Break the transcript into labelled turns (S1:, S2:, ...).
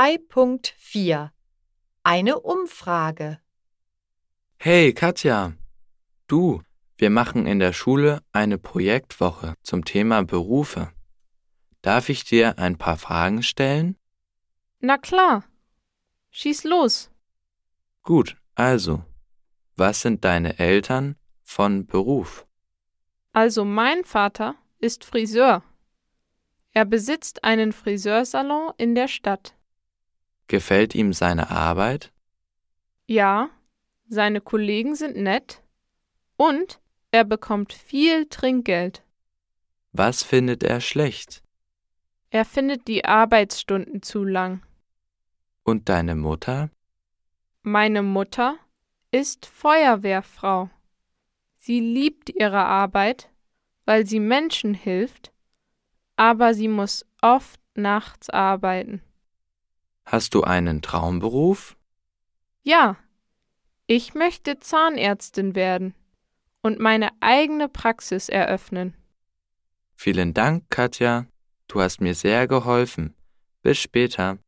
S1: 2.4 Eine Umfrage.
S2: Hey Katja, du, wir machen in der Schule eine Projektwoche zum Thema Berufe. Darf ich dir ein paar Fragen stellen?
S3: Na klar. Schieß los.
S2: Gut, also, was sind deine Eltern von Beruf?
S3: Also mein Vater ist Friseur. Er besitzt einen Friseursalon in der Stadt.
S2: Gefällt ihm seine Arbeit?
S3: Ja, seine Kollegen sind nett und er bekommt viel Trinkgeld.
S2: Was findet er schlecht?
S3: Er findet die Arbeitsstunden zu lang.
S2: Und deine Mutter?
S3: Meine Mutter ist Feuerwehrfrau. Sie liebt ihre Arbeit, weil sie Menschen hilft, aber sie muss oft nachts arbeiten.
S2: Hast du einen Traumberuf?
S3: Ja, ich möchte Zahnärztin werden und meine eigene Praxis eröffnen.
S2: Vielen Dank, Katja. Du hast mir sehr geholfen. Bis später.